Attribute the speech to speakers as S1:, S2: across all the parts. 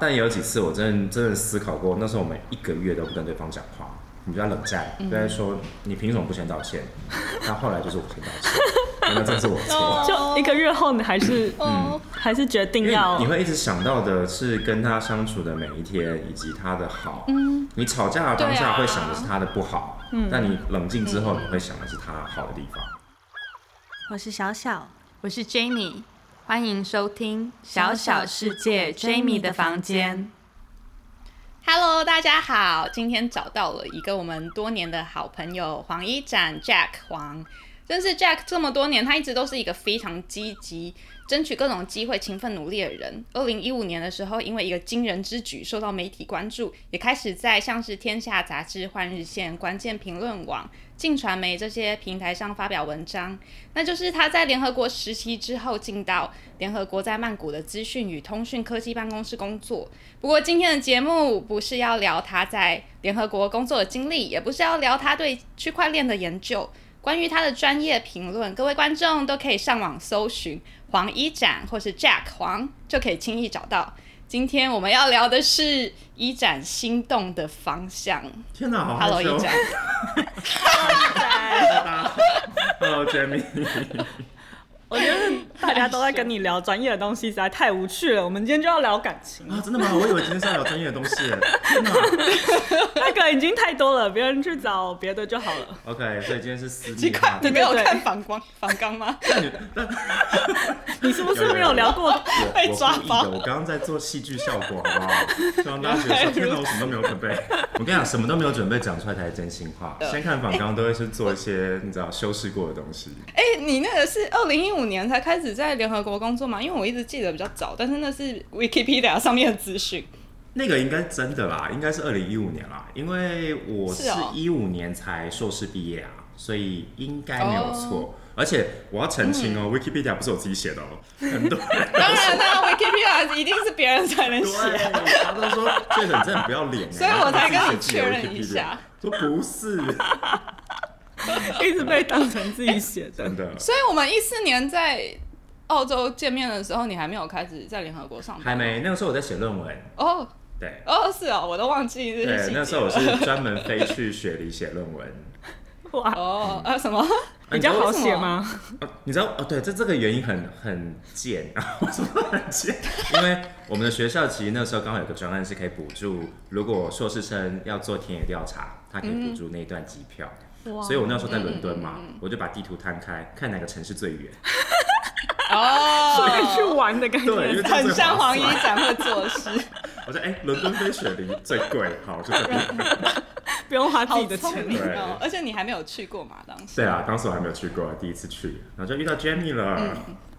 S1: 但也有几次我真的真的思考过，那时候我们一个月都不跟对方讲话，你就要冷战，
S2: 嗯
S1: 就在说你凭什么不先道歉？ 那后来就是我先道歉，那这是我错。
S3: 就一个月后，你还是
S2: 哦，
S3: 还是决
S1: 因
S3: 定
S1: 为
S3: 要
S1: 你会一直想到的是跟他相处的每一天，以及他的好。
S2: 嗯，啊
S1: 你吵架的当
S2: 对
S1: 下
S2: 啊
S1: 会想的是他的不好，但你冷静之后，
S2: 嗯
S1: 你会想的是他好的地方。
S4: 我是小小，
S2: 我是 Jamie，欢迎收听《小小世界 Jamie 的房间》。Hello，大家好，今天找到了一个我们多年的好朋友黄一展 Jack 黄。认识 Jack 这么多年，他一直都是一个非常积极、争取各种机会、勤奋努力的人。二零一五年的时候，因为一个惊人之举受到媒体关注，也开始在像是《天下》杂志、《换日线》、关键评论网、镜传媒这些平台上发表文章。那就是他在联合国实习之后，进到联合国在曼谷的资讯与通讯科技办公室工作。不过今天的节目不是要聊他在联合国工作的经历，也不是要聊他对区块链的研究。关于他的专业评论，各位观众都可以上网搜寻黄一展或是 Jack 黄，就可以轻易找到。今天我们要聊的是一展心动的方向。
S1: 天哪，好哦害
S2: Hello，
S1: 羞
S2: 一展。
S1: ！Hello Jamie，
S3: 我觉得大家都在跟你聊专业的东西，实在太无趣了。我们今天就要聊感情，
S1: 啊，真的吗？我以为今天是要聊专业的东西耶。 天哪
S3: 那个已经太多了，别人去找别的就好了。
S1: ，OK，所以今天是私
S2: 奇
S1: 密
S2: 怪
S1: 话，
S2: 你
S1: 题。
S2: 没有
S3: 对对
S2: 看反光反光吗？
S1: 但你但
S3: 你是不是没有聊过？
S1: 我
S2: 被抓
S1: 我故意
S2: 包
S1: 的，我刚刚在做戏剧效果，好不 好？就让大家觉得说，天哪，我什么都没有准备。我跟你讲，什么都没有准备，讲出来才是真心话。先看访纲都会是做一些你知道修饰过的东西。
S2: 哎、你那个是二零一五年才开始在联合国工作嘛？因为我一直记得比较早，但是那是 Wikipedia 上面的资讯。
S1: 那个应该真的啦，应该是二零一五年啦，因为我
S2: 是
S1: 是
S2: 哦
S1: 一五年才硕士毕业啊，所以应该没有错。
S2: 哦
S1: 而且我要澄清哦、w
S2: 嗯
S1: i k i p e d i a 不是我自己写的 哦、很多人
S2: 当然啦，Wikipedia 一定是别人才能写啊、
S1: 对，他都说这人真的不要脸欸，
S2: 所以我才
S1: 然后
S2: 跟你
S1: 自己写
S2: 确认一下
S1: Wikipedia，说不是
S3: 一直被当成自己写的
S1: 真。的，
S2: 所以我们一四年在澳洲见面的时候，你还没有开始在联合国上班。
S1: 还没。那个时候我在写论文，
S2: 哦
S1: 对
S2: 哦，是哦，我都忘记这些
S1: 对，
S2: 细节
S1: 那时候我是专门飞去雪梨写论文。
S3: 哇，
S2: 哦 呃什么？
S1: 啊
S3: 比较好
S1: 你知
S3: 写吗？
S1: 道啊你知道哦？对，这这个原因很很贱啊！ 我说很贱，因为我们的学校其实那时候刚好有个专案是可以补助，如果硕士生要做田野调查，他可以补助那一段机票。所以我那时候在伦敦嘛，我就把地图摊开，看哪个城市最远。
S3: 可以去
S2: 哦，
S3: 玩的感
S1: 对，因为。这
S3: 觉
S1: 样最
S2: 很像
S1: 划
S2: 黄一
S1: 算
S2: 展会做的事，
S1: 我说哎，伦敦飞雪梨最贵，好就这边。
S3: 不用花自
S2: 好
S3: 己的
S2: 聪
S3: 钱。
S2: 明
S1: 对
S2: 哦！而且你还没有去过嘛，当时。
S1: 对啊，当时我还没有去过，第一次去，然后就遇到 Jamie 了。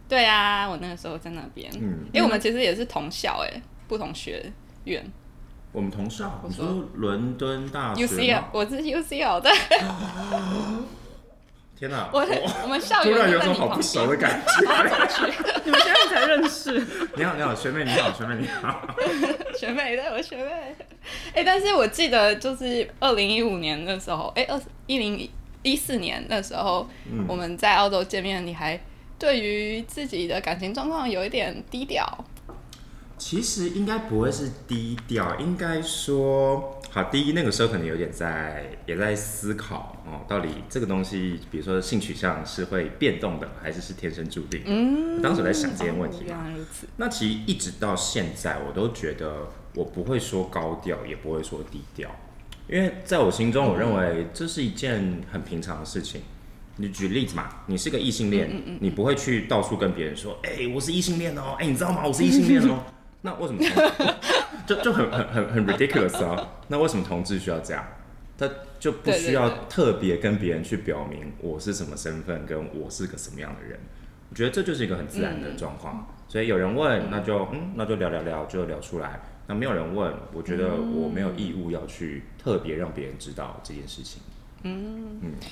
S2: 对啊，我那个时候在那边，
S1: 嗯
S2: 因为我们其实也是同校哎、不同学院。
S1: 我们同校，
S2: 我
S1: 你
S2: 说
S1: 说伦敦大啊学
S2: UCL，
S1: 吗？哦
S2: 我是 UCL 的，
S1: 天哪！
S2: 我
S1: 我
S2: 我们校
S1: 突
S2: 园
S1: 然
S2: 就
S1: 有
S2: 在
S1: 种
S2: 你
S1: 好
S2: 旁
S1: 不
S2: 边。
S1: 熟的感觉。
S3: 你们现在才认识，
S1: 你好，你好，学妹，你好，学妹，你好。
S2: 学妹，对，我学妹。哎、但是我记得就是二零一五年那时候，哎、2二一零一四年那时候，
S1: 嗯
S2: 我们在澳洲见面，你还对于自己的感情状况有一点低调。
S1: 其实应该不会是低调，应该说，好，第一那个时候可能有点在也在思考哦，到底这个东西，比如说性取向是会变动的，还是是天生注定？嗯，当时我在想这些问题
S2: 哦
S1: 嘛
S2: 原。来如此。
S1: 那其实一直到现在，我都觉得我不会说高调，也不会说低调，因为在我心中，我认为这是一件很平常的事情。你举例子嘛，你是个异性
S2: 嗯
S1: 恋，你不会去到处跟别人说，哎、我是异性恋哦，哎、你知道吗？我是异性恋 哦。那为什么同 就就很很很很 ridiculous 啊？那为什么同志需要这样？他就不需要
S2: 对对
S1: 特别跟别人去表明我是什么身份，跟我是个什么样的人。我觉得这就是一个很自然的状
S2: 嗯
S1: 况。所以有人问，那就嗯，那就聊聊聊，就聊出来。那没有人问，我觉得
S2: 嗯
S1: 我没有义务要去特别让别人知道这件事情。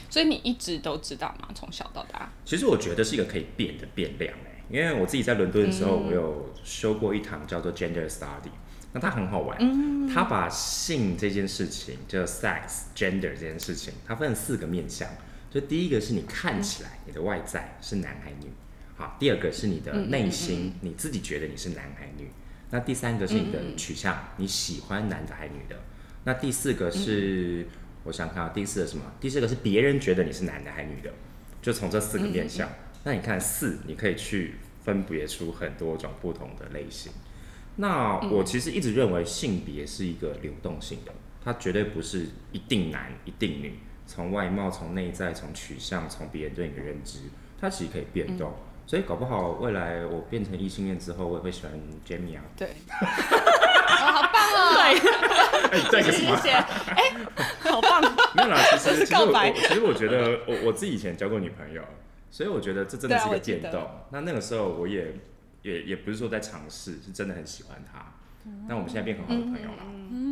S2: 所以你一直都知道嘛，从小到大。
S1: 其实我觉得是一个可以变的变量哎、因为我自己在伦敦的时候，我有修过一堂叫做 Gender Study，那它很好玩，它把性这件事情，就是 sex gender 这件事情，它分成四个面向，就第一个是你看起来你的外在是男还女，好，第二个是你的内心，你自己觉得你是男还女，那第三个是你的取向，你喜欢男的还是女的？那第四个是，我想看啊第四个是什么？第四个是别人觉得你是男的还是女的，就从这四个面向。那你看四，你可以去分别出很多种不同的类型。那我其实一直认为性别是一个流动性的，它绝对不是一定男一定女，从外貌、从内在、从取向、从别人对你的认知，它其实可以变动。所以搞不好未来我变成异性恋之后，我也会喜欢 Jamie 啊。
S2: 对，哦，好棒哦！
S3: 对，
S1: 哎、对，
S2: 谢谢。
S3: 好棒，
S1: 没有啦，其实其
S3: 这是
S1: 实我
S3: 告白
S1: 我其实我觉得我我自己以前交过女朋友，所以我觉得这真的
S2: 对啊
S1: 是一个
S2: 我记
S1: 变
S2: 得
S1: 动。那那个时候我也也也不是说在尝试，是真的很喜欢她。那我们现在变很好的朋友了。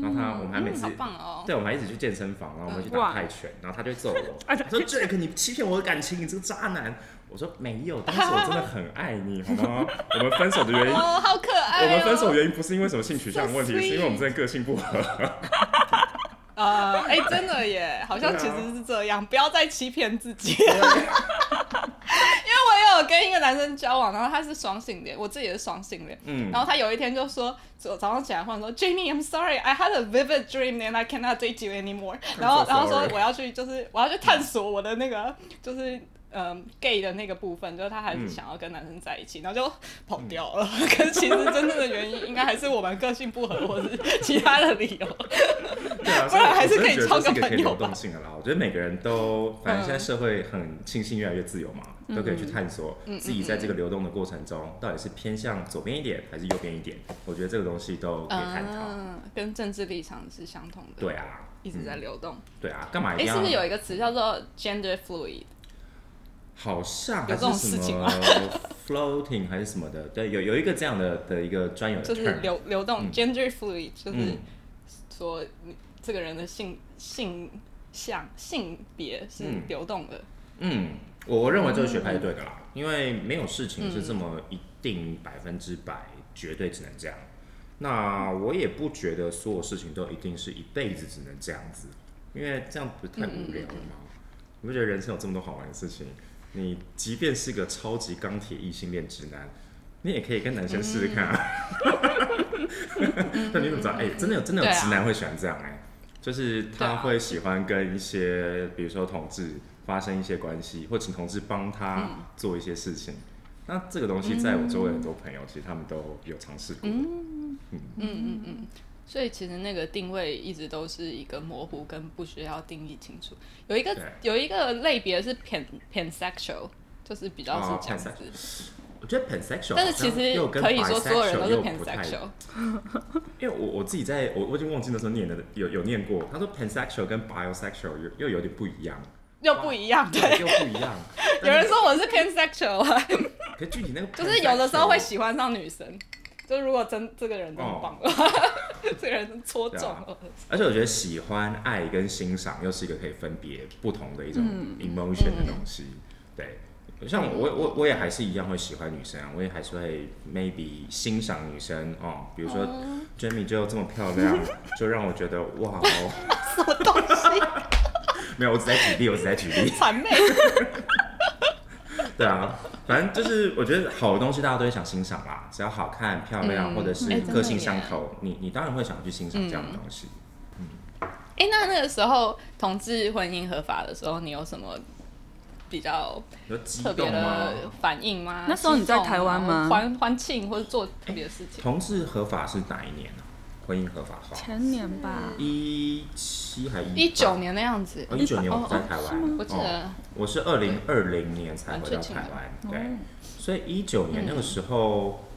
S1: 然后她我们还每
S2: 嗯，
S1: 次
S2: 好棒哦！
S1: 对，我们还一起去健身房，然后我们去打
S3: 哇
S1: 泰拳，然后他就揍我，他 说 Jack，你欺骗我的感情，你这个渣男。我说没有，当时我真的很爱你，好吗？ 我们分手的原因，
S2: 哦，好可爱、哦。
S1: 我们分手的原因不是因为什么性取向的问题，
S2: So
S1: 是因为我们真的个性不合。
S2: 呃，哎、真的耶，好像
S1: 对
S2: 其
S1: 啊
S2: 实是这样，不要再欺骗自己了。因 为我也有跟一个男生交往，然后他是双性恋，我自己也是双性恋。
S1: 嗯
S2: 然后他有一天就说，早早上起来忽然说，Jamie，I'm sorry, I had a vivid dream and I cannot date you anymore。然后
S1: so
S2: 然后说
S1: sorry.
S2: 我要去就是我要去探索我的那个 就是。嗯、g a y 的那个部分，就是他还是
S1: 嗯
S2: 想要跟男生在一起，然后就跑掉了。 可是其实真正的原因，应该还是我们个性不合，或是其他的理由。
S1: 对啊，
S2: 不然还是可以交
S1: 超
S2: 个
S1: 个可
S2: 朋
S1: 以
S2: 友吧嗯
S1: 流动性的啦。我觉得每个人都，反正现在社会很庆幸越来越自由嘛，都可以去探索
S2: 嗯
S1: 自己在这个流动的过程中，到底是偏向左边一点还是右边一点。我觉得这个东西都可以探讨。
S2: 嗯，跟政治立场是相同的，
S1: 对，啊，
S2: 一直在
S1: 嗯
S2: 流动。
S1: 对啊，干嘛一
S2: 哎、
S1: 定
S2: 是
S1: 要
S2: 不是？有一个词叫做 gender fluid？
S1: 好像
S2: 有
S1: 还
S2: 这种
S1: 是什
S2: 事情
S1: 么 floating 还是什么的？对，有有一个这样的的一个专有的
S2: 就是
S1: term。
S2: 流流动、
S1: 嗯
S2: gender fluid，就是
S1: 嗯，
S2: 说你这个人的性性向性别是
S1: 嗯
S2: 流动的。
S1: 嗯，我我认为这个学派是对的啦，因为没有事情是这么一定百分之百绝对只能这样。那我也不觉得所有事情都一定是一辈子只能这样子，因为这样不是太无聊了吗？你不觉得人生有这么多好玩的事情？你即便是个超级钢铁异性恋直男，你也可以跟男生试试看啊。 但你怎么知道？哎、真的有真的有
S2: 对啊
S1: 直男会喜欢这样哎、就是
S2: 对
S1: 他
S2: 啊
S1: 会喜欢跟一些，比如说同志发生一些关系，或请同志帮他
S2: 嗯
S1: 做一些事情。那这个东西在我周围很多朋友，其实他们都有尝试过。
S2: 嗯所以其实那个定位一直都是一个模糊跟不需要定义清楚。有一个
S1: 对
S2: 有一个类别是 pan pansexual，就是比较
S1: 哦
S2: 是这样子。
S1: 我觉得 pansexual，
S2: 但是其
S1: 好像
S2: 实
S1: 又跟
S2: 可以说所有人都
S1: bisexual
S2: 是
S1: 又不太
S2: pansexual，
S1: 因为我我自己在我我已经忘记那时候念的有有念过，他说 pansexual 跟 bisexual 又又有点不一样，
S2: 又不一样。对，
S1: 又不一样。
S2: 有人说我是 pansexual 啊。
S1: 可具体那个
S2: 就是有的时候
S1: pansexual
S2: 会喜欢上女生，就如果真这个人真的棒了，
S1: 哦
S2: 这个人真戳中了，
S1: 而且我觉得喜欢、爱跟欣赏又是一个可以分别不同的一种
S2: 嗯
S1: emotion 的东西。对，像我我我也还是一样会喜欢女生啊，我也还是会 maybe 欣赏女生哦，比如说 Jamie 就这么漂 亮，就让我觉得哇哦，
S2: 什么东西
S1: 没有，我只在 举例，我只在举例。
S2: 谄媚？
S1: 对啊，反正就是我觉得好的东西大家都会想欣赏啦，只要好看、漂亮、
S2: 嗯
S1: 或者是
S2: 哎真的
S1: 个性
S2: 耶嗯
S1: 相投，你你当然会想去欣赏这样的东西。
S2: 哎、那那个时候同志婚姻合法的时候，你有什么比较
S1: 有激
S2: 特别
S1: 动啊吗？
S2: 的反应吗？
S4: 那时候你在台湾吗
S2: 激动欢欢庆或者做特别的事情？
S1: 同志合法是哪一年啊？婚姻合法化？
S4: 前年吧，
S1: 一七还一
S2: 一九？年的样子，
S1: 嗯哦，一九年我不在台湾，
S2: 我记
S1: 哦
S2: 得
S1: 我是二零二零年才
S2: 啊
S1: 回到台
S2: 哦
S1: 湾，对，所以一九
S2: 嗯
S1: 年那个时候，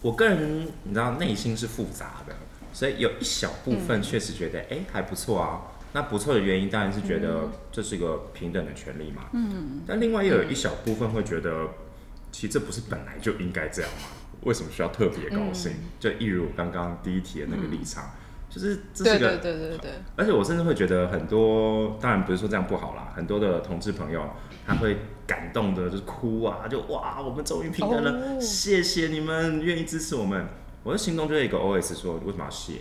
S1: 我个人你知道内心是复杂的，所以有一小部
S2: 嗯
S1: 分确实觉得哎、诶还不错啊。那不错的原因当然是觉
S2: 嗯
S1: 得这是一个平等的权利嘛，嗯，但另外又有一小部分会觉得，其实这不是本来就应该这样嘛，为什么需要特别
S2: 嗯
S1: 高兴？就一如我刚刚第一题的那个立场，就是这是
S2: 对
S1: 一个
S2: 对对对对，
S1: 而且我甚至会觉得很多，当然不是说这样不好啦，很多的同志朋友他会感动的，就是哭啊，就哇，我们终于平安了，
S2: 哦
S1: 谢谢你们愿意支持我们。我的心中就有一个 OS 说，为什么要谢？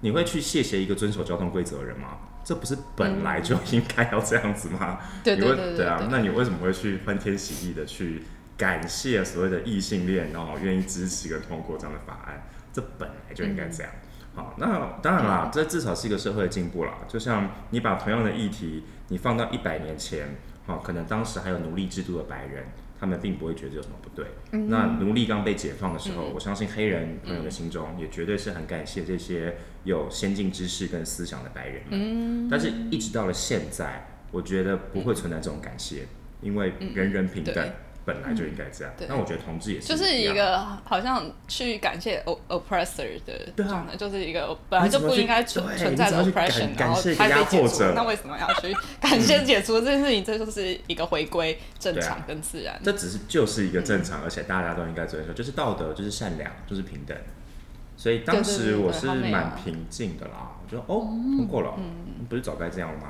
S1: 你会去谢谢一个遵守交通规则的人吗？这不是本来就应该要这样子吗？
S2: 对对
S1: 你会
S2: 对对
S1: 啊
S2: 对，
S1: 那你为什么会去欢天喜地的去感谢所谓的异性恋，然后愿意支持跟通过这样的法案？这本来就应该这样。好，
S2: 嗯
S1: 那当然啦，这至少是一个社会的进步啦。就像你把同样的议题，你放到一百年前，好、可能当时还有奴隶制度的白人，他们并不会觉得有什么不对。
S2: 嗯
S1: 那奴隶刚被解放的时候，我相信黑人朋友的心中也绝对是很感谢这些有先进知识跟思想的白人们。
S2: 嗯
S1: 但是，一直到了现在，我觉得不会存在这种感谢，因为人人平等
S2: 嗯对，
S1: 本来就应该这样
S2: 对。
S1: 那我觉得同志也是
S2: 就是
S1: 一
S2: 一
S1: 样
S2: 个好像去感谢 o- oppressor 的
S1: 对啊
S2: 状态，就是一个本来就不应该存
S1: 你怎么去
S2: 存在的
S1: 对你怎么
S2: oppression，
S1: 去感
S2: 然后
S1: 感谢
S2: 它
S1: 压
S2: 被
S1: 迫
S2: 解除
S1: 者，嗯
S2: 那为什么要 去感谢解除这件事情？这就是一个回归正
S1: 对啊
S2: 常跟自然。
S1: 这只是就是一个正常，而且大家都应该遵守，就是道德，就是善良，就是平等。所以当
S2: 对对
S1: 时
S2: 对
S1: 我是
S2: 好美哦
S1: 蛮平静的啦，我觉得哦
S2: 嗯
S1: 通过了，不是早该这样了吗？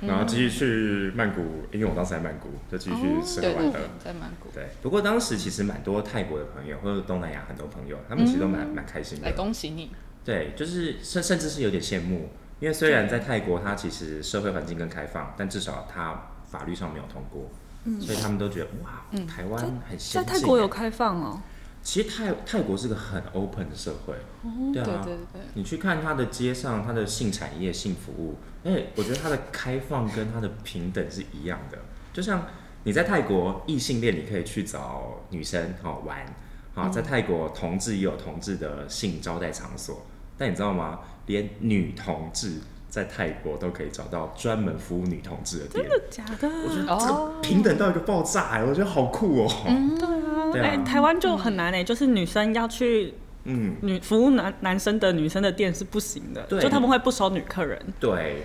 S1: 然后继续去曼谷，因为我当时在曼谷，就继续吃喝
S2: 对嗯
S1: 玩乐
S2: 哦对对。，在曼谷
S1: 对，不过当时其实蛮多泰国的朋友，或者东南亚很多朋友，他们其实都蛮蛮开心的
S2: 嗯来。恭喜你，
S1: 对，就是甚甚至是有点羡慕，因为虽然在泰国，它其实社会环境更开放，但至少它法律上没有通过，所以他们都觉得哇，台湾很先进。
S3: 嗯在泰国有，开放哦，
S1: 其实泰泰国是个很 open 的社会，
S3: 哦
S1: 对
S2: 对
S1: 啊。
S2: 对对。
S1: 你去看它的街上，它的性产业、性服务，而且我觉得它的开放跟它的平等是一样的。就像你在泰国异性恋，你可以去找女生好玩，
S3: 嗯
S1: 好、在泰国同志也有同志的性招待场所，但你知道吗？连女同志在泰国都可以找到专门服务女同志的店，
S3: 假的。嗯
S1: 我觉得这
S2: 哦
S1: 个平等到一个爆炸、哎，我觉得好酷哦、对
S3: 对
S1: 啊
S3: 哎、台湾就很难哎、就是女生要去
S1: 嗯，
S3: 女服务男男生的女生的店是不行的，
S1: 对
S3: 就他们会不收女客人。
S1: 对，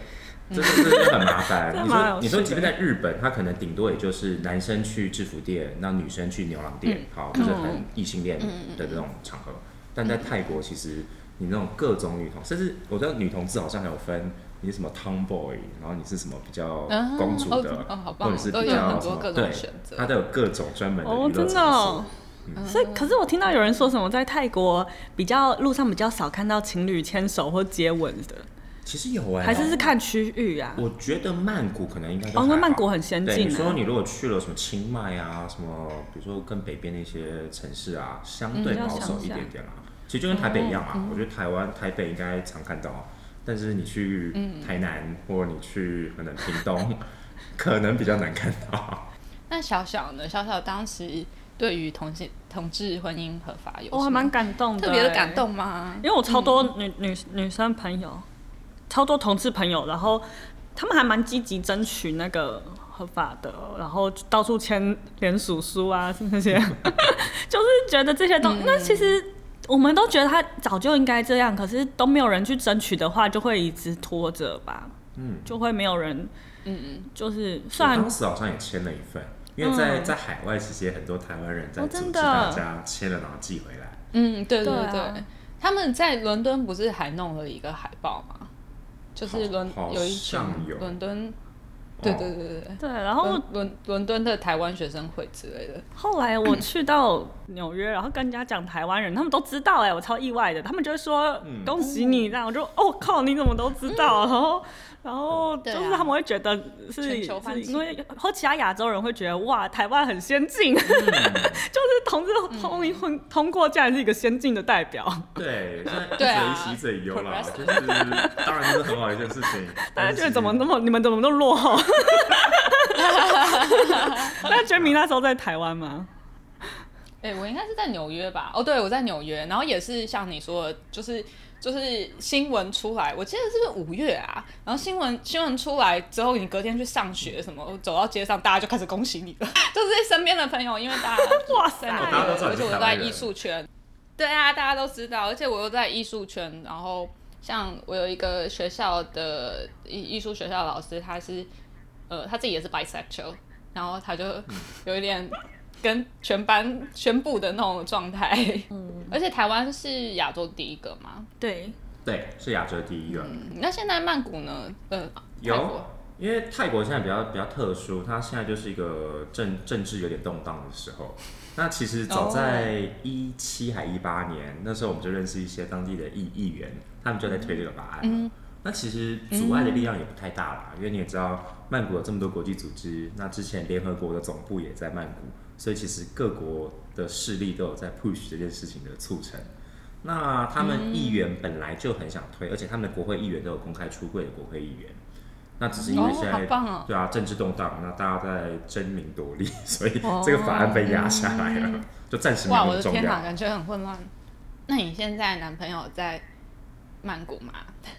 S1: 这 是这是很麻烦。
S3: 这
S1: 你
S3: 蛮
S1: 说
S3: 有
S1: 你说，
S3: 趣
S1: 即便
S3: 的
S1: 在日本，他可能顶多也就是男生去制服店，那女生去牛郎
S3: 嗯
S1: 店，好，就是很异性恋的那种场合。但
S3: 嗯
S1: 在泰国，其实你那种各种女同，甚至我知道女同志好像还有分。你是什么 tomboy，然后你是什么比较
S2: 啊
S1: 公主
S3: 嗯
S1: 的，
S2: 哦哦好棒
S1: 或者是
S2: 都
S1: 比
S2: 有
S1: 较
S2: 很
S1: 什
S2: 多
S1: 么
S2: 各种
S1: 对
S2: 选择
S1: 它都有各种专门的
S3: 哦
S1: 娱，乐
S3: 真的、
S1: 场所嗯
S3: 哦。所以，可是我听到有人说什么在泰国比较路上比较少看到情侣牵手或接吻的，
S1: 其实有哎、
S3: 还是是看区域啊？
S1: 我觉得曼谷可能应该都
S3: 哦因为
S1: 还好
S3: 曼谷很先进
S1: 对，你
S3: 啊
S1: 说你如果去了什么清迈啊，什么比如说更北边的一些城市啊，相对
S3: 嗯
S1: 保守一点点啦、其实就跟台北一样啊，
S3: 哦
S1: 我觉得台湾台北应该常看到，但是你去
S3: 嗯
S1: 台南、或你去可能屏东， 可能比较难看到。
S2: 那小小呢？小小当时对于同性同志婚姻合法有
S3: 我
S2: 什
S3: 还
S2: 么
S3: 蛮感动的、
S2: 特别的欸感，动吗？
S3: 因为我超多女、女女生朋友，超多同志朋友，然后他们还蛮积极争取那个合法的，然后到处签联署书啊那些，就是觉得这些东西，那其实。我们都觉得他早就应该这样，可是都没有人去争取的话，就会一直拖着吧，
S1: 嗯，
S3: 就会没有人，
S2: 嗯
S3: 就是虽
S1: 我
S3: 然
S1: 当时好像也签了一份，因为在、
S3: 嗯
S1: 在海外其实也很多台湾人在
S3: 哦
S1: 组
S3: 真
S1: 织
S3: 的
S1: 大家签了然后寄回来。
S2: 嗯，对对
S3: 对
S2: 对。
S3: 啊
S2: 他们在伦敦不是还弄了一个海报吗？就是伦
S1: 好好
S2: 有一群
S1: 像有
S2: 伦敦，对对
S1: 哦
S2: 对对对。
S3: 对，然后
S2: 伦伦伦敦的台湾学生会之类的，
S3: 后来 我去到纽约，然后跟人家讲台湾人，他们都知道哎、我超意外的。他们就会说
S1: 嗯
S3: 恭喜你这样，我就哦靠，你怎么都知 道？然后然后就
S2: 对啊
S3: 是他们会觉得是
S2: 全球欢
S3: 是
S2: 庆
S3: 因为和其他亚洲人会觉得哇，台湾很先进，
S2: 嗯
S3: 就是同志通婚婚通过竟然是一个先进的代表，
S2: 嗯
S1: 对，
S2: 对
S1: 那
S2: 啊
S1: 一喜者忧啦，
S2: progressive
S1: 就是当然这是很好的一件事 情。
S3: 大家觉
S1: 是
S3: 得啊怎么那么你们怎么都落 后？那 Jamie 那时候在台湾吗？
S2: 哎、我应该是在纽约吧？哦，对，我在纽约，然后也是像你说的，就是就是新闻出来，我记得是不是五月啊？然后新闻新闻出来之后，你隔天去上学什么，走到街上大家就开始恭喜你了， 就是身边的朋友，因为大家
S3: 哇塞
S2: 在
S1: 哦大家都知道
S2: 而
S1: 你是
S2: 且我
S1: 台
S2: 在
S1: 湾人
S2: 艺术圈，对啊，大家都知道，而且我又在艺术圈，然后像我有一个学校的艺艺术学校的老师，他是呃他自己也是 bisexual，然后他就
S1: 嗯
S2: 有一点跟全班宣布的那种状态， 而且台湾是亚洲第一个嘛，
S3: 对，
S1: 对，是亚洲第一个。
S2: 嗯那现在曼谷呢？呃，泰
S1: 有
S2: 国，
S1: 因为泰国现在比较比较特殊，它现在就是一个政政治有点动荡的时候。那其实早在一七还一八年，那时候我们就认识一些当地的议议员，他们就在推这个法案了。那其实阻碍的力量也不太大啦，因为你也知道，曼谷有这么多国际组织，那之前联合国的总部也在曼谷，所以其实各国的势力都有在 push 这件事情的促成。那他们议员本来就很想推，而且他们的国会议员都有公开出柜的国会议员。那只是因为
S2: 哦
S1: 现
S2: 好
S1: 在、
S2: 棒哦
S1: 对啊政治动荡，那大家在争名夺利，所以
S2: 哦
S1: 这个法案被压下来了，
S2: 嗯
S1: 就暂时没
S2: 哇，
S1: 有
S2: 我的
S1: 很重
S2: 天哪，
S1: 要。
S2: 感觉很混乱。那你现在男朋友在曼谷吗？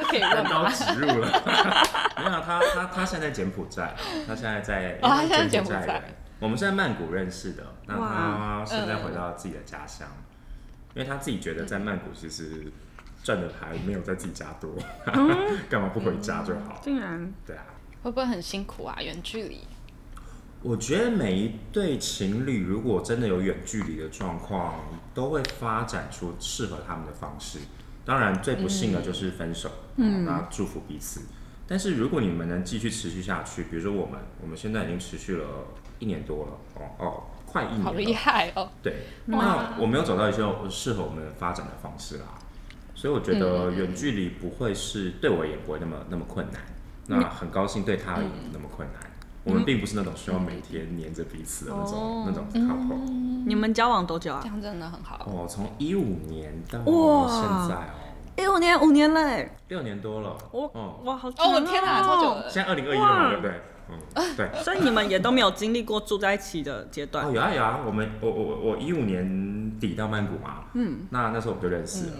S2: 这可以问
S1: 单刀
S2: 吗？
S1: 直入了，没有啊他他他现在在柬埔寨，他现在在
S2: 哦他现在在柬埔寨
S1: 寨人，我们是在曼谷认识的，那他
S3: 哇
S1: 现在回到自己的家乡，因为他自己觉得在曼谷其实赚的还没有在自己家多，
S2: 嗯
S1: 干嘛不回家就好？
S3: 竟然
S1: 对啊，
S2: 会不会很辛苦啊？远距离？
S1: 我觉得每一对情侣如果真的有远距离的状况，都会发展出适合他们的方式。当然，最不幸的就是分手，嗯，那祝福彼此。但是如果你们能继续持续下去，比如说我们，我们现在已经持续了一年多了，哦哦，快一年
S2: 好厉
S1: 了，
S2: 害哦！
S1: 对。那我没有找到一些适合我们发展的方式啦，所以我觉得
S3: 嗯
S1: 远距离不会是对我也不会那么那么困难。那很高兴对他也不那么困难。我们并不是那种需要每天黏着彼此的那种、
S3: 哦
S1: 那种 couple。
S3: 你们交往多久
S2: 嗯
S3: 啊？
S2: 这样真的很好。
S1: 哦，从一五年到
S3: 哇
S1: 现在哦，
S3: 哎，五年，五年嘞！
S1: 六年多了。
S3: 我
S1: 哦，
S3: 哇，好
S2: 哦，我
S3: 长啊
S2: 天哪，超久了！
S1: 现在二零二一了嘛，
S3: 哇
S1: 对不对？嗯，对。
S3: 所以你们也都没有经历过住在一起的阶段
S1: 哦，。 有啊有啊，我们我我我一五年底到曼谷嘛，嗯，那那时候我们就认识了，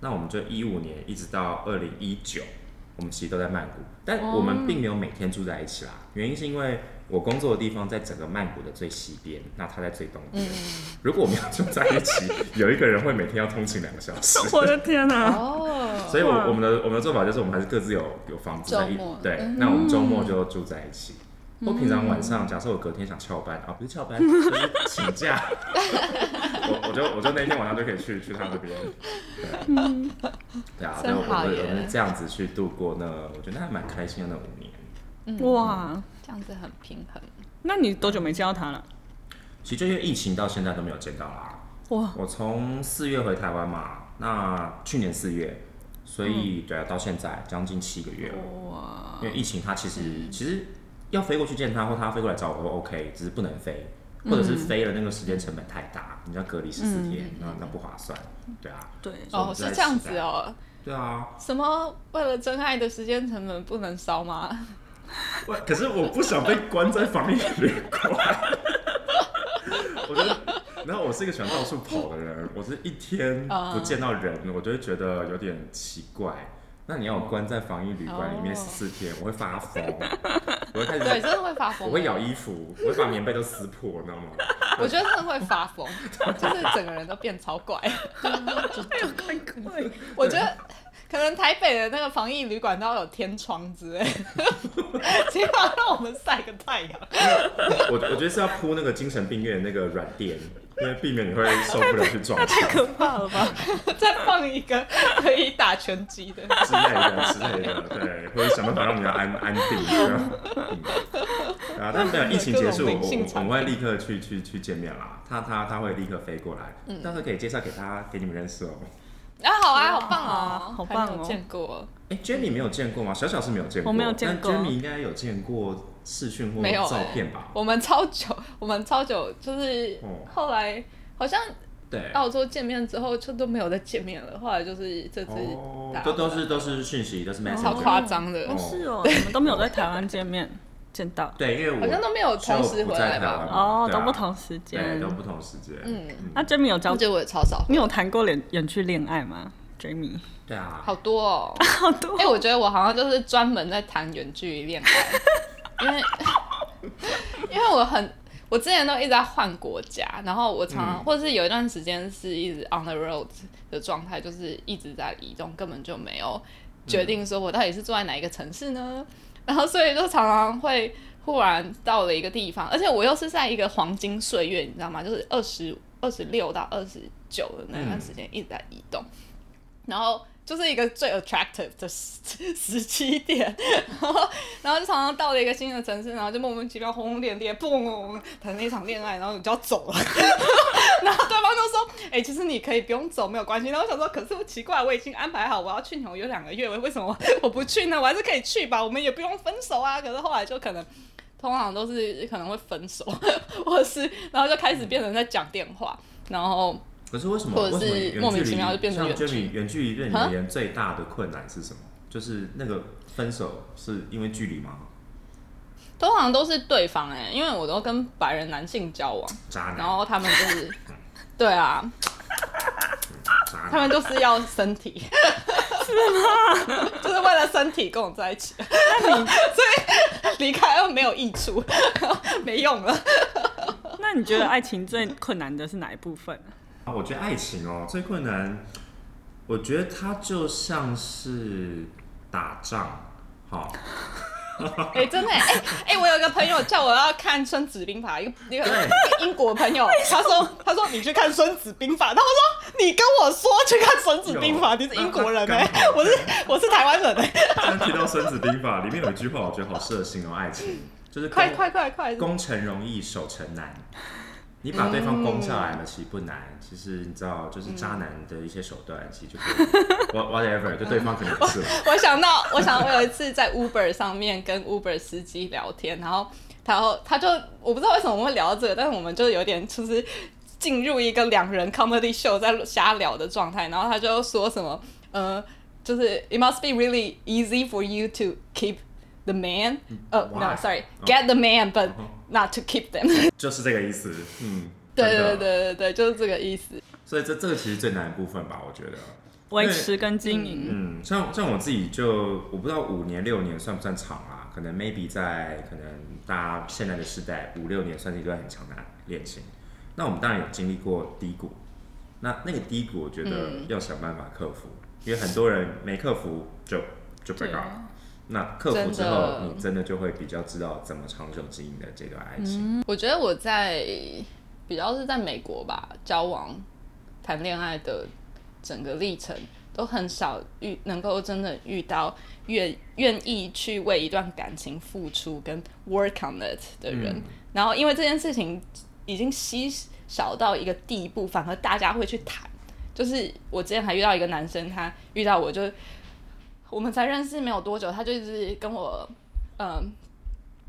S1: 那我们就一五年一直到二零一九，我们其实都在曼谷，但我们并没有每天住在一起啦，原因是因为我工作的地方在整个曼谷的最西边，那他在最东边，如果我们要住在一起，有一个人会每天要通勤两个小时，
S3: 我的天哪、
S1: 啊
S2: 哦，
S1: 所以我我们的我们的做法就是我们还是各自有有房子在一
S2: 周末嗯
S1: 对，那我们周末就住在一起。我平常晚上，假设我隔天想翘班啊，不是翘 班，就是请假，我我就我就那天晚上就可以去去他那边，对，对啊，
S2: 嗯真
S1: 对，我
S2: 好
S1: 们
S2: 耶
S1: 我们这样子去度过那，我觉得还蛮开心的那五年。
S3: 哇！
S2: 这样子很平衡。
S3: 那你多久没见到他了？
S1: 其实就因为疫情到现在都没有见到啦，
S3: 哇，
S1: 我从四月回台湾嘛，那去年四月，所以、对啊，到现在将近七个月了。
S3: 哇，
S1: 因为疫情，他其实、其实要飞过去见他，或他飞过来找我都 OK，只是不能飞，或者是飞了那个时间成本太大，你要隔离十四天，那那不划算，对啊，
S3: 对，
S1: 所以我
S2: 哦，
S1: 们
S2: 是
S1: 在
S2: 这样
S1: 期待
S2: 子，哦。
S1: 对啊，
S2: 什么为了真爱的时间成本不能 烧吗？
S1: 喂可是我不想被关在防疫旅馆， 我觉得。然后我是一个喜欢到处跑的人，我是一天不见到人，我就会觉得有点奇怪。那你要我关在防疫旅馆里面
S2: 哦
S1: 十四天，我会发疯，我会开始
S2: 对，真的会发疯。
S1: 我会咬衣服，我会把棉被都撕破，你知道吗？
S2: 我觉得真的会发疯，就是整个人都变超怪。 我觉得可能台北的那个防疫旅馆都要有天窗之 类的，起码让我们晒个太 阳。
S1: 我我觉得是要铺那个精神病院的那个软垫，因为避免你会受不了去撞 墙
S3: 太可怕了吧？
S2: 再放一个可以打拳击的，
S1: 之类的之类的，对，或者想办法让你要安安定。这样嗯啊，但没有疫情结束，
S2: 各
S1: 我
S2: 种灵性
S1: 我
S2: 产
S1: 我会
S2: 品
S1: 立刻去去去见面啦。他他他会立刻飞过来，
S2: 嗯
S1: 到时候可以介绍给他给你们认识哦。
S2: 啊，好啊，好棒哦，
S3: 好棒哦
S2: 还没有见过，
S1: 哎，Jenny 没有见过吗？小小是没有见过，
S3: 我没有见过
S1: 但 Jenny 应该有见过视讯或
S2: 没有
S1: 照
S2: 欸
S1: 片吧？
S2: 我们超久，我们超久，就是
S1: 哦
S2: 后来好像
S1: 对，
S2: 澳洲见面之后就都没有再见面了，后来就是这次
S1: 哦
S2: 打，哦
S1: 都都是都是讯息，都是 message，
S2: 超夸张的，
S1: 哦
S3: 是 哦，你们都没有在台湾见面见到
S1: 对，因为我
S2: 好像都没有同时回来吧？
S3: 哦，
S1: 对啊
S3: 都不同
S1: 对，
S3: 时间啊
S1: 都。不同时间。
S2: 嗯
S3: 那 Jamie 有交
S2: 我，觉得我也超少，
S3: 你有谈过远远距恋爱吗？Jamie
S1: 对啊，
S2: 好多哦。
S3: 好多
S2: 哎、我觉得我好像就是专门在谈远距离恋爱，因为因为我很我之前都一直在换国家，然后我常常、或者是有一段时间是一直 on the road 的状态，就是一直在移动，根本就没有决定说我到底是住在哪一个城市呢？然后所以就常常会忽然到了一个地方，而且我又是在一个黄金岁月，你知道吗？就是二十二十六到二十九的那段时间一直在移动，然后就是一个最 attractive 的时 时期点，然后然后就常常到了一个新的城市，然后就莫名其妙轰轰烈烈，嘣，谈了一场恋爱，然后你就要走了， 然后对方就说，哎、其实你可以不用走，没有关系。然后我想说，可是我奇怪，我已经安排好我要去纽约两个月，为什么我我不去呢？我还是可以去吧，我们也不用分手啊。可是后来就可能。通常都是可能会分手， 或者是然后就开始变成在讲电话，然后
S1: 可是为什么？
S2: 或者
S1: 为什
S2: 是
S1: 么远距离
S2: 莫名其妙就变成
S1: 像
S2: 远距离
S1: Jamie，远距离对你而言最大的困难是什么？就是那个分手是因为距离吗？
S2: 通常都是对方哎、因为我都跟白人男性交往，
S1: 渣
S2: 然
S1: 男，
S2: 后他们就是，对啊，
S1: 渣
S2: 他
S1: 男。
S2: 们就是要身体， 是吗？就是为了身体跟我在一起， 所以离开又没有益处， 没用了。
S3: 那你觉得爱情最困难的是哪一部分啊？
S1: 啊，我觉得爱情哦最困难，我觉得它就像是打仗，好、
S2: 哎、真的哎、哎、哎我有一个朋友叫我要看《孙子兵法》，一个一个
S1: 对
S2: 一个英国朋友，他说他说你去看《孙子兵法》，然后我说你跟我说去看《孙子兵法》，
S1: 有
S2: 你是英国人
S1: 那
S2: 哎、
S1: 那刚好
S2: 我是我是台湾人哎、
S1: 刚刚提到《孙子兵法》里面有一句话，我觉得好适合形容爱情，就是
S2: 快
S1: 攻
S2: 快快快！
S1: 攻城容易守城难。你把对方攻下来了，其实不
S2: 嗯
S1: 难。其实你知道，就是渣男的一些手段，其实就可以
S2: 嗯
S1: what whatever，就对方可能 不是了。
S2: 我想到，我想我有一次在 Uber 上面跟 Uber 司机聊天，然后，然后他就我不知道为什么我们会聊到这个，但是我们就有点就是进入一个两人 comedy show 在瞎聊的状态，然后他就说什么，呃，就是 It must be really easy for you to keep the man，呃、n o
S1: why？
S2: sorry，
S1: 哦
S2: get the man but
S1: 哦啊
S2: not to keep them，
S1: 就是这个意思。嗯，
S2: 对
S1: 真的。
S2: 对对对对，就是这个意思。
S1: 所以这这个其实最难的部分吧，我觉得。
S3: 维持跟经营。
S1: 嗯，像像我自己就我不知道五年六年算不算长啊？可能 maybe 在可能大家现在的时代五六年算是一段很长的恋情。那我们当然有经历过低谷，那那个低谷我觉得要想办法克服，因为很多人没克服就就 break
S3: 对
S1: up 了。那克服之后
S2: 真，的
S1: 你真的就会比较知道怎么长久经营的这段爱情。
S2: 嗯我觉得我在比较是在美国吧，交往、谈恋爱的整个历程，都很少遇能够真的遇到愿愿意去为一段感情付出跟 work on it 的人。
S1: 嗯
S2: 然后因为这件事情已经稀少到一个地步，反而大家会去谈。就是我之前还遇到一个男生，他遇到我就我们才认识没有多久，他就一直跟我嗯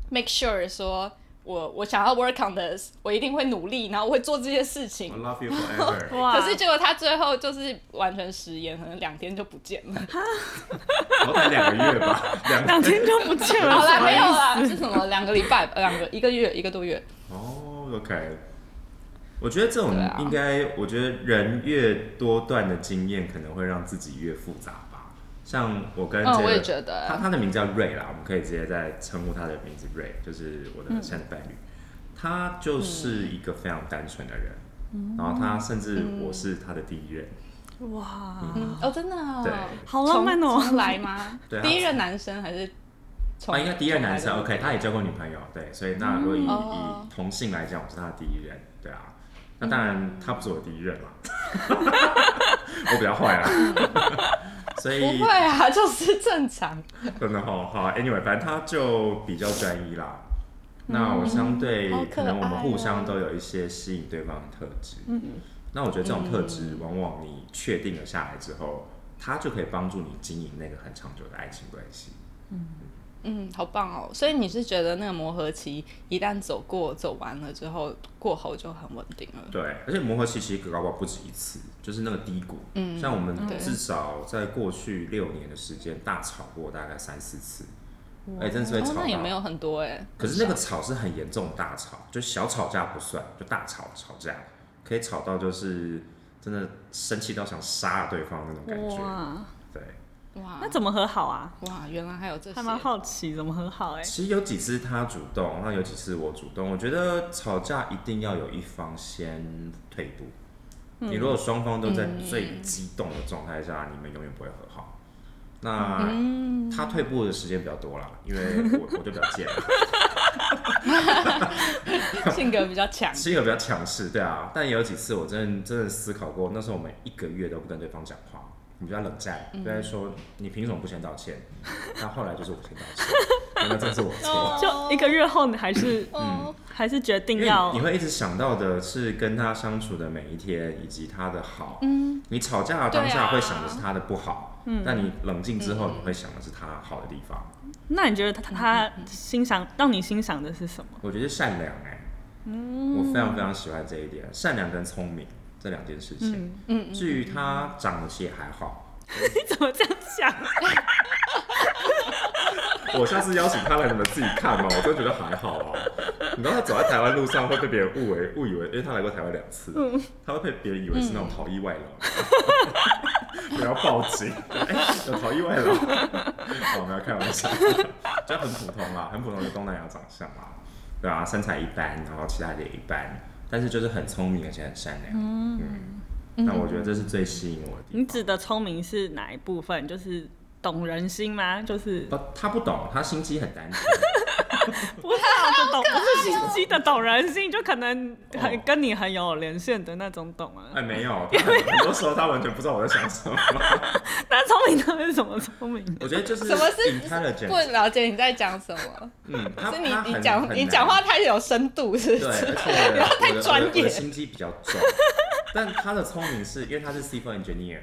S2: make sure 说。我我想要 work on this，我一定会努力，然后我会做这些事情
S1: I。love you forever。
S3: 哇
S2: 可是结果他最后就是完全食言，可能两天就不见 了。
S1: 好歹两个月吧，两
S3: 两天就不见了，
S2: 好啦，
S3: 什么
S2: 没
S3: 意
S2: 有
S3: 思
S2: 啦，是什么？两个礼拜，呃两个一个月，一个多月。
S1: 哦，OK，我觉得这种
S2: 对啊
S1: 应该，我觉得人越多段的经验，可能会让自己越复杂吧。像我跟
S2: 嗯
S1: 这个，
S2: 我也觉得
S1: 他他的名字叫瑞啦，我们可以直接再称呼他的名字瑞，就是我
S2: 嗯
S1: 的现在的伴侣。他就是一个非常单纯的人，
S2: 嗯
S1: 然后他甚至我是他的第一任，
S3: 哇，
S2: 嗯，哦，真的、哦。
S1: 对
S3: 好浪漫哦
S2: 重重来吗
S1: ？对啊
S2: 第一任男生还是重？
S1: 哦他应该第一任男生
S2: 重来的
S1: ，OK，他也交过女朋友，对，所以那如果以、
S2: 哦
S1: 以同性来讲，我是他的第一任，对啊，那当然
S2: 嗯
S1: 他不是我的第一任嘛， 我比较坏 啦，所以
S2: 不会啊，就是正常。
S1: 真的好好，anyway，反正他就比较专一啦。那我相对、
S2: 嗯好可
S1: 可能我们
S2: 爱
S1: 互
S2: 哦嗯
S1: 相都有一些吸引对方的特质，那我觉得这种特质往往你确定了下来之后，它就可以帮助你经营那个很长久的爱情关系。
S2: 嗯，好棒哦。所以你是觉得那个磨合期一旦走过、走完了之后，过后就很稳定了？
S1: 对，而且磨合期其实搞不好不止一次，就是那个低谷。嗯，像我们
S2: 对
S1: 至少在过去六年的时间大吵过大概三四次，哎、真的是会
S2: 哦
S1: 吵，到。
S2: 那也没有很多哎、
S1: 可是那个吵是很严重的大吵，就小吵架不算，就大吵吵架，可以吵到就是真的生气到想杀了对方那种感觉。
S3: 哇，
S1: 对，
S2: 哇，
S3: 那怎么和好啊？
S2: 哇，原来还有 这些，
S3: 还蛮好奇怎么和好哎、
S1: 其实有几次他主动，那有几次我主动。我觉得吵架一定要有一方先退步。你如果双方都在最激动的状态下，你们永远不会和好。那、他退步的时间比较多啦，因为我我就比较贱，
S2: 性格比较强。
S1: 性格比较强势，对啊。但也有几次我真的真的思考过，那时候我们一个月都不跟对方讲话，你们就在冷战，就在说你凭什么不先道歉？但后来就是我先道歉，那真是我 错。
S3: 就一个月后，你还是
S1: 嗯
S2: 哦，
S3: 还是决
S1: 因
S3: 定
S1: 为
S3: 要
S1: 你会一直想到的是跟他相处的每一天，以及他的好。
S2: 嗯，啊
S1: 你吵架的当
S2: 对啊
S1: 下会想的是他的不好，但你冷静之后，你会想的是他好的地方。
S3: 那你觉得他他欣赏让你欣赏的是什
S2: 嗯
S3: 么？
S1: 我觉得善良哎、我非常非常喜欢这一点，善良跟聪明这两件事情。
S2: 嗯
S1: 至于他长得也还好，
S3: 你怎么这样想？
S1: 我下次邀请他来，你们自己看嘛，我真的觉得还好啊。你知道他走在台湾路上会被别人误为误以为，因为他来过台湾两次，他会被别人以为是那种逃逸外劳， 不要报警，哎、有逃逸外劳。 我没有开玩笑，就很普通啦，很普通的东南亚长相啦，对啊，身材一般，然后其他的也一般，但是就是很聪明而且很善良，嗯。那我觉得这是最吸引我的地方。
S3: 你指的聪明是哪一部分？就是懂人心吗？就是
S1: 不，他不懂，他心机很单纯。
S3: 不是啊，就懂，不是心机的懂人心，就可能很
S1: 哦
S3: 跟你很有连线的那种懂啊。
S1: 哎，没有，他很很多时候他完全不知道我在想什么。
S3: 那聪明到底是什么聪明？
S1: 我觉得就是
S2: 什么是
S1: intelligent，
S2: 不了解你在讲什么？
S1: 嗯，他
S2: 是你
S1: 他
S2: 你
S1: 很
S2: 讲
S1: 很
S2: 你
S1: 难
S2: 讲话太有深度，是不
S1: 对，
S2: 是？
S1: 而且 我的
S2: 太
S1: 我的
S2: 专
S1: 我的
S2: 业
S1: 心机比较重。但他的聪明是因为他是 civil engineer，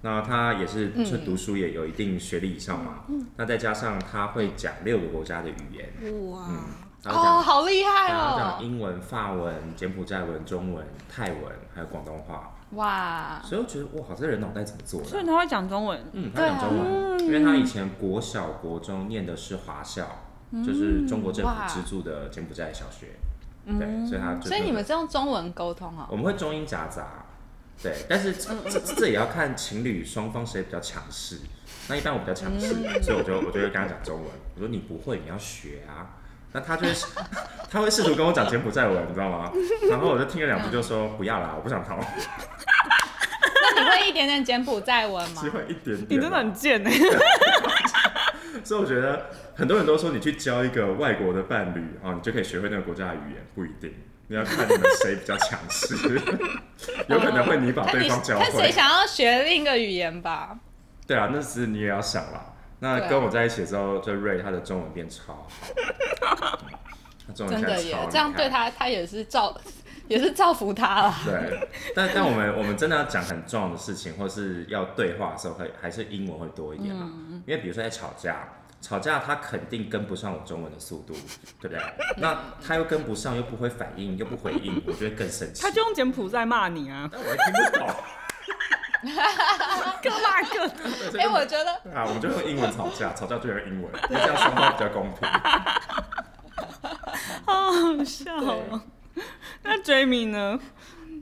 S1: 那他也是
S2: 嗯
S1: 就读书也有一定学历以上嘛，那再加上他会讲六个国家的语言，
S4: 哇，
S1: 嗯，然后讲
S2: 哦，好厉害
S1: 然后讲
S2: 哦！
S1: 英文、法文、柬埔寨文、中文、泰文，还有广东话，
S2: 哇，
S1: 所以我觉得哇，这人脑袋怎么做的啊？
S3: 所以他会讲中文，
S1: 嗯，
S2: 啊
S1: 他讲中文，因为他以前国小、国中念的是华校，
S3: 嗯
S1: 就是中国政府资助的柬埔寨小学，对，所以他就
S2: 所以你们是用中文沟通哦？
S1: 我们会中英夹杂，对，但是
S2: 嗯
S1: 这这这也要看情侣双方谁比较强势。那一般我比较强势，所以我就我就会跟他讲中文，我说你不会，你要学啊。那他就会 他会试图跟我讲柬埔寨文，你知道吗？然后我就听了两句就说不要啦，我不想逃，
S2: 那你会一点点柬埔寨文吗
S1: 机？会一点点啊。
S3: 你真的很贱哎、
S1: 所以我觉得很多人都说，你去交一个外国的伴侣啊，你就可以学会那个国家的语言，不一定。你要看你们谁比较强势，有可能会你把
S2: 看
S1: 对
S2: 哦你
S1: 方教
S2: 看谁
S1: 会。
S2: 想要学另一个语言吧。
S1: 对啊，那是你也要想啦。
S2: 对啊
S1: 那跟我在一起之后，就瑞他的中文变超好，他中文现
S2: 真
S1: 在
S2: 的
S1: 超厉
S2: 耶
S1: 害，
S2: 这样对他，他也是造， 也是造福他了。
S1: 对，但但我们我们真的要讲很重要的事情，或是要对话的时候，会还是英文会多一点嘛？因为比如说在吵架，吵架他肯定跟不上我中文的速度，对不对？那他又跟不上，又不会反应，又不回应，我就会更生气
S3: 他。就用柬埔寨骂你啊，
S1: 但我也听不懂，
S3: 各 骂各的。
S1: 所以
S2: 哎、我觉得
S1: 对啊，我们就用英文吵架，吵架就用英文，因为这样双方比较公平。
S3: 好好笑哦。 那 Jamie 呢？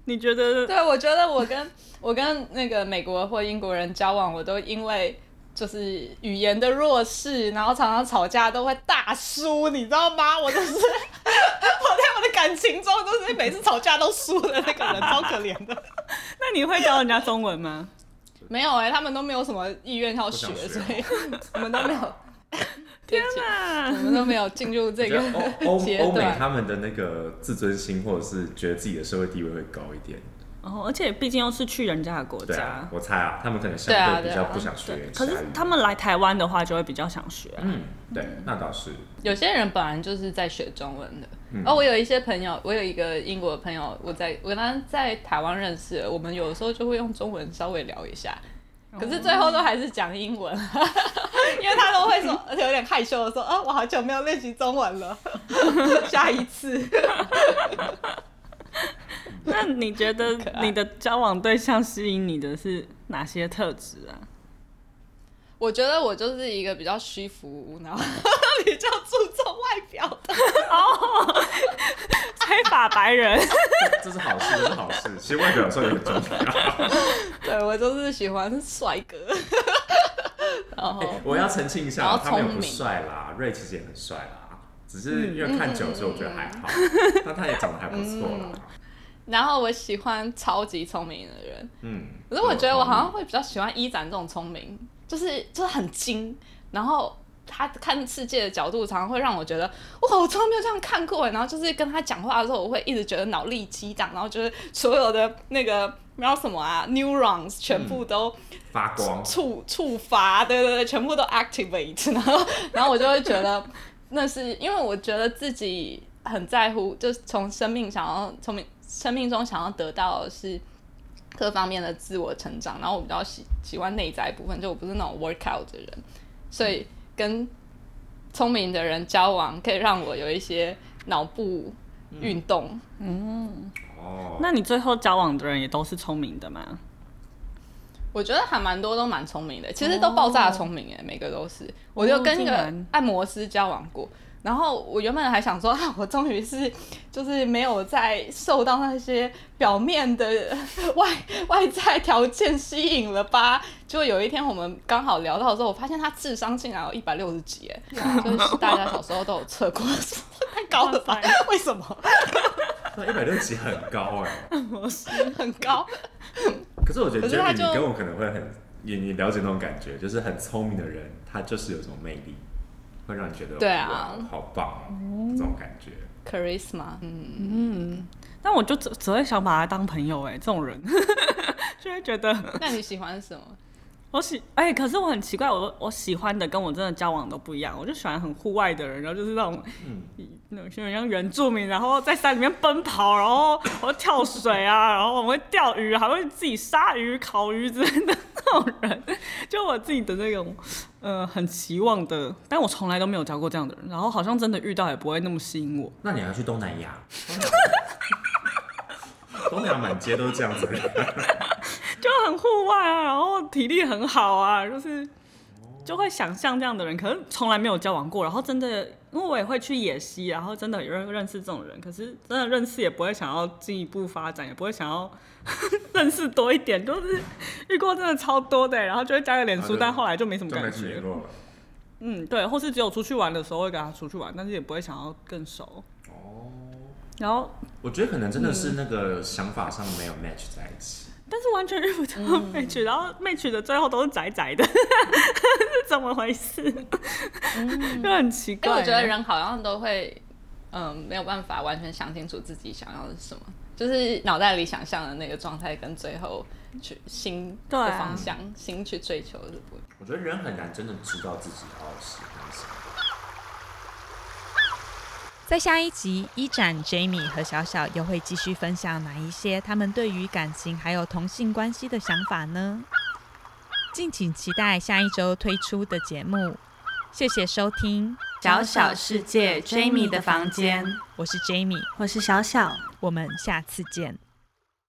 S3: 你觉得
S2: 对，我觉得我跟我跟那个美国或英国人交往，我都因为就是语言的弱势，然后常常吵架都会大输，你知道吗？我就是 我在我的感情中，就是每次吵架都输的那个人，超可怜的。
S3: 那你会教人家中文吗？
S2: 没有哎、他们都没有什么意愿要学，
S1: 不想学哦
S2: 所以 我们都没有。天
S3: 哪
S2: 我们都没有进入这
S1: 我
S2: 个
S1: 觉得欧欧
S2: 阶
S1: 欧美
S2: 段。
S1: 他们的那个自尊心，或者是觉得自己的社会地位会高一点。
S3: 然哦后，而且毕竟又是去人家的国
S1: 对
S3: 家
S1: 啊，，我猜啊，他们可能
S2: 对啊
S1: 相对
S2: 对
S1: 比
S2: 啊
S1: 较不想学其
S3: 可是
S1: 他语言
S3: 他们来台湾的话，就会比较想学 啊、
S1: 嗯，对，那倒是。
S2: 有些人本来就是在学中文的。哦，我有一些朋友，我有一个英国的朋友，我在我跟他在台湾认识的，我们有时候就会用中文稍微聊一下，可是最后都还是讲英文， 因为他都会说，而且有点害羞的说，啊，我好久没有练习中文 了，下一次。
S3: 那你觉得你的交往对象吸引你的是哪些特质啊？
S2: 我觉得我就是一个比较虚浮，然后 比较注重外表的。
S3: 哦黑发白人，
S1: 这是好事，这是好事。 其实外表有时候也很重要。
S2: 对我就是喜欢帅哥，然后
S1: 我要澄清一
S2: 然
S1: 下，
S2: 后
S1: 他没有
S2: 哦聪
S1: 不
S2: 明嗯
S1: 帅啦，瑞其实也很帅啦，只是因为看久了，所以我觉得还好。但他也长得还不错啦。
S2: 然后我喜欢超级聪明的人，
S1: 嗯，
S2: 可是我觉得我好像会比较喜欢一展这种聪明，就是就是很精，然后他看世界的角度常常会让我觉得哇，我从来没有这样看过耶。然后就是跟他讲话的时候，我会一直觉得脑力激荡，然后就是所有的那个没有什么啊，neurons 全部都
S1: 发光，
S2: 触触发，对对对，全部都 activate，然 后然后我就会觉得那是因为我觉得自己很在乎，就是从生命想要从命生命中想要得到的是各方面的自我成长，然后我比较喜喜欢内在部分，就我不是那种 workout 的人，所以跟聪明的人交往可以让我有一些脑部运动。
S1: 哦，
S3: 那你最后交往的人也都是聪明的吗？
S2: 我觉得还蛮多都蛮聪明的，其实都爆炸聪明哎，每个都是。我就跟
S3: 哦
S2: 一
S3: 竟
S2: 个
S3: 然
S2: 按摩师交往过，然后我原本还想说， 啊，我终于是就是没有再受到那些表面的外外在条件吸引了吧？就有一天我们刚好聊到的时候，我发现他智商竟然有一百六十几哎，就是大家小时候都有测过，太高了吧
S3: 哇塞？
S2: 为什么
S1: 那一百六几很高哎、
S2: 很高？
S1: 可是我觉得
S2: 可是他
S1: Jeremy
S2: 就
S1: 你跟我可能会很，你你了解那种感觉，就是很聪明的人，他就是有一种魅力，会让你觉得
S2: 对啊
S1: 哇好棒哦，这种感觉。
S2: charisma，嗯，
S3: 但我就只只会想把他当朋友哎、这种人 就会觉得
S2: 那你喜欢什么？
S3: 我喜哎、可是我很奇怪，我我喜欢的跟我真的交往都不一样，我就喜欢很户外的人，然后就是那种那种像原住民，然后在山里面奔跑，然后我会跳水啊，然后我会钓鱼，还会自己杀鱼、烤鱼之类的那种人，就我自己的那种呃很期望的，但我从来都没有交过这样的人，然后好像真的遇到也不会那么吸引我。
S1: 那你还去东南亚？ 东南亚满街都是这样子的人，
S3: 就很户外啊，然后体力很好啊，就是就会想象这样的人，可是从来没有交往过。然后真的，因为我也会去野溪，然后真的有人认识这种人，可是真的认识也不会想要进一步发展，也不会想要认识多一点，就是遇过真的超多的，然后就会加个脸
S1: 啊
S3: 书
S1: 对，
S3: 但后来就没什么
S1: 就没
S3: 感
S1: 什么联
S3: 觉。
S1: 络了。
S3: 嗯，对，或是只有出去玩的时候会跟他出去玩，但是也不会想要更熟。然后，
S1: 我觉得可能真的
S3: 嗯
S1: 是那个想法上没有 match 在一起。
S3: 但是完全遇不到 match，、然后 match 的最后都是宅宅的， 是怎么回事？ 就很奇
S2: 因
S3: 怪
S2: 为
S3: 欸。
S2: 我觉得人好像都会，嗯，没有办法完全想清楚自己想要的是什么，就是脑袋里想象的那个状态跟最后去心
S3: 对啊
S2: 的方向、心去追求的不一样。
S1: 我觉得人很难真的知道自己要喜欢什么。
S4: 在下一集，一展、Jamie 和小小又会继续分享哪一些他们对于感情还有同性关系的想法呢？敬请期待下一周推出的节目。谢谢收听，
S2: 小小世界，Jamie 的房间。
S4: 我是 Jamie，
S5: 我是小小。
S4: 我们下次见。